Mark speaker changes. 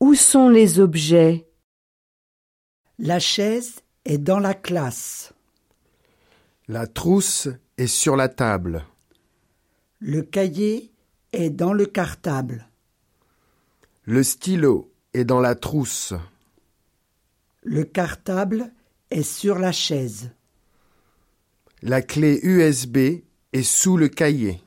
Speaker 1: Où sont les objets
Speaker 2: La chaise est dans la classe.
Speaker 3: La trousse est sur la table.
Speaker 2: Le cahier est dans le cartable.
Speaker 3: Le stylo est dans la trousse.
Speaker 2: Le cartable est sur la chaise.
Speaker 3: La clé USB est sous le cahier.